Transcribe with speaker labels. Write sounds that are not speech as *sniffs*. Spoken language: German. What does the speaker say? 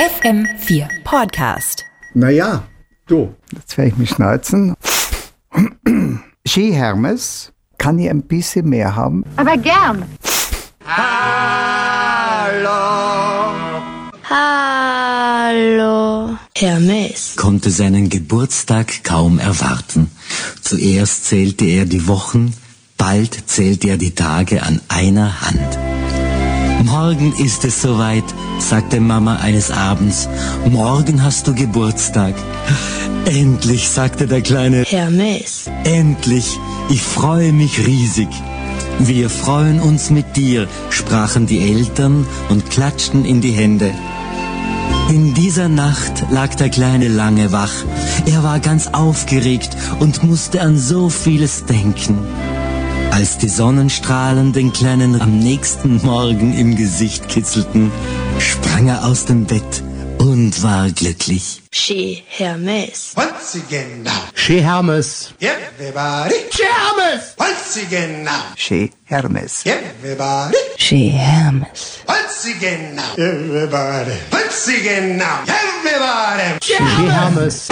Speaker 1: FM4 Podcast.
Speaker 2: Naja, du.
Speaker 3: Jetzt werde ich mich schnalzen. *sniffs* Ski Hermes, kann ich ein bisschen mehr haben?
Speaker 4: Aber gern.
Speaker 5: Hallo. Hermes.
Speaker 6: konnte seinen Geburtstag kaum erwarten. Zuerst zählte er die Wochen, bald zählte er die Tage an einer Hand. Morgen ist es soweit, sagte Mama eines Abends. Morgen hast du Geburtstag. Endlich, sagte der Kleine.
Speaker 5: Hermes.
Speaker 6: Endlich, ich freue mich riesig. Wir freuen uns mit dir, sprachen die Eltern und klatschten in die Hände. In dieser Nacht lag der Kleine lange wach. Er war ganz aufgeregt und musste an so vieles denken. Als die Sonnenstrahlen den Kleinen am nächsten Morgen im Gesicht kitzelten, sprang er aus dem Bett und war glücklich.
Speaker 5: She Hermes.
Speaker 7: Once again now,
Speaker 8: She Hermes.
Speaker 7: everybody.
Speaker 8: She Hermes.
Speaker 7: Once again now,
Speaker 3: Ski Hermes.
Speaker 7: everybody.
Speaker 5: She Hermes.
Speaker 7: Once again now, everybody. Once again now, everybody.
Speaker 8: She Hermes.